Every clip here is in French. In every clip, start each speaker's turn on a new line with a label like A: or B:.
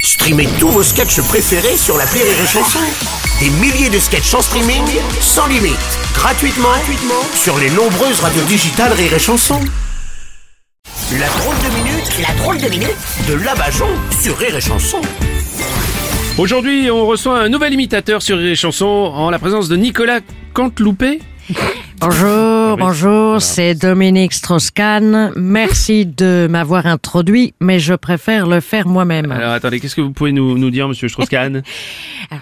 A: Streamez tous vos sketchs préférés sur la Rire et Chanson. Des milliers de sketchs en streaming, sans limite, gratuitement, gratuitement sur les nombreuses radios digitales Rire et Chanson. La drôle de minute, la drôle de minute de Labajon sur Rire et Chanson.
B: Aujourd'hui, on reçoit un nouvel imitateur sur les chansons en la présence de Nicolas Canteloupé. Ah
C: Bonjour, bonjour, c'est Dominique Strauss-Kahn. Merci de m'avoir introduit, mais je préfère le faire moi-même. Alors,
B: Alors attendez, qu'est-ce que vous pouvez nous, nous dire, monsieur Strauss-Kahn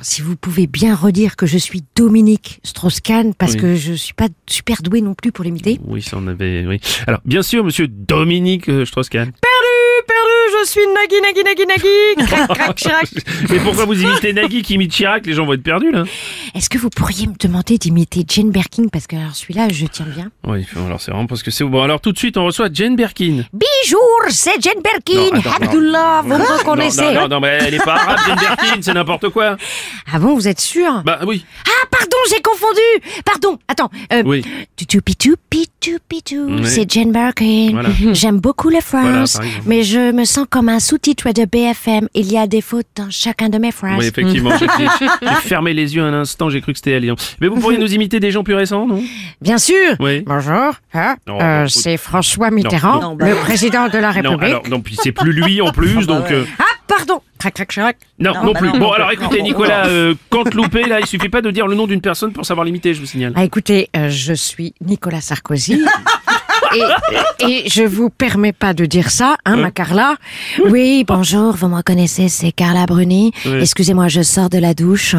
C: si vous pouvez bien redire que je suis Dominique Strauss-Kahn, parce
B: Oui.
C: que je suis pas super doué non plus pour l'imiter.
B: Oui, ça on avait. Oui. Alors, bien sûr, monsieur Dominique euh, Strauss-Kahn.
C: Perdu, perdu, je suis Nagui, Nagui, Nagui, Nagui, crac, crac, chirac.
B: Mais pourquoi vous imitez Nagui qui imite Chirac Les gens vont être perdus là.
C: Est-ce que vous pourriez me demander d'imiter Jane Birkin, parce que alors celui-là, je tiens bien.
B: Oui, alors c'est vraiment parce que c'est bon. Alors tout de suite, on reçoit Jane Birkin.
C: Bijour, c'est Jane Birkin,
B: Non, attends, non.
C: Abdullah, vous me
B: Non,
C: reconnaissez
B: non, non, non, mais elle est pas arabe, Jane Birkin, c'est n'importe quoi.
C: Ah bon, vous êtes sûr
B: Bah oui,
C: Ah, pardon, j'ai confondu Pardon, attends. Euh,
B: Oui.
C: Tutupitu-pitu-pitu,
B: Oui.
C: c'est Jane Birkin.
B: Voilà.
C: J'aime beaucoup la France,
B: par exemple.
C: mais je me sens comme un sous-titre de BFM. Il y a des fautes dans chacun de mes phrases.
B: oui effectivement. j'ai- J'ai j'ai fermé les yeux un instant, j'ai cru que c'était elle. Mais vous pourriez nous imiter des gens plus récents, non
C: Bien sûr
B: Oui.
C: Bonjour, hein,
B: Non,
C: euh,
B: non,
C: c'est François Mitterrand,
B: non.
C: le président de la
B: Non,
C: République.
B: alors non, puis c'est plus lui en plus, donc. euh,
C: Ah, pardon Crac, crac, crac.
B: Non, non, plus. bon, alors écoutez,
D: non,
B: Nicolas, euh, quand loupé, là, il suffit pas de dire le nom d'une personne pour savoir l'imiter, je vous signale.
C: Ah, écoutez, euh, je suis Nicolas Sarkozy. Et, et je vous permets pas de dire ça, hein,
B: Euh.
C: ma Carla. Oui, bonjour, vous me reconnaissez, c'est Carla Bruni.
B: Ouais.
C: Excusez-moi, je sors de la douche.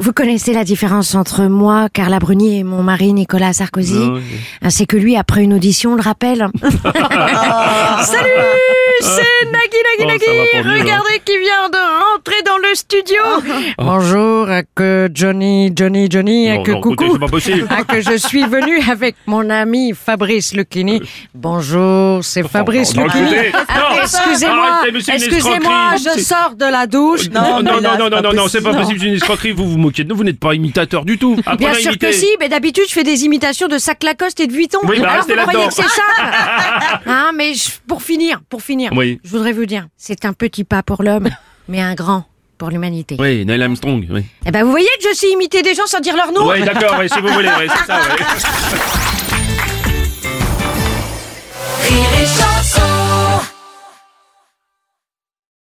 C: vous connaissez la différence entre moi, Carla Bruni, et mon mari, Nicolas Sarkozy
B: Non, ouais.
C: Ah, C'est que lui, après une audition, on le rappelle. Salut, c'est Nagui,
B: Oh, ça va pour
C: Nagui, Nagui.
B: mieux,
C: Regardez qui vient de rentrer dans le studio. Bonjour, euh, que Johnny, Johnny, Johnny, euh,
B: Non,
C: que
B: non, écoutez,
C: coucou.
B: c'est pas possible.
C: Ah, que je suis venu avec mon ami Fabrice Lucchini. Bonjour, c'est Fabrice
B: non,
C: Lucchini.
B: écoutez, non,
C: Ah, Excusez-moi,
B: arrêtez, monsieur, une
C: excusez-moi,
B: escroquerie.
C: je sors de la douche.
B: Non,
D: Non,
B: non,
D: mais là,
B: non, non,
D: c'est
B: non,
D: pas
B: non, c'est pas
D: possible.
B: possible, c'est une escroquerie, vous vous moquez de nous, vous n'êtes pas imitateur du tout. Apprenez
C: Bien
B: à
C: sûr
B: imiter.
C: que si, mais d'habitude je fais des imitations de sac Lacoste et de Vuitton.
B: Oui, bah,
C: Alors
B: restez
C: vous croyez
B: là-dedans.
C: que c'est ça Hein, mais je- pour finir, pour finir,
B: Oui.
C: je voudrais vous dire, c'est un petit pas pour l'homme, mais un grand pour l'humanité.
B: Oui, Neil Armstrong, oui.
C: Eh ben vous voyez que je sais imiter des gens sans dire leur nom.
B: Oui, d'accord, ouais, si vous voulez, ouais, c'est ça, ouais.
E: Rire et chanson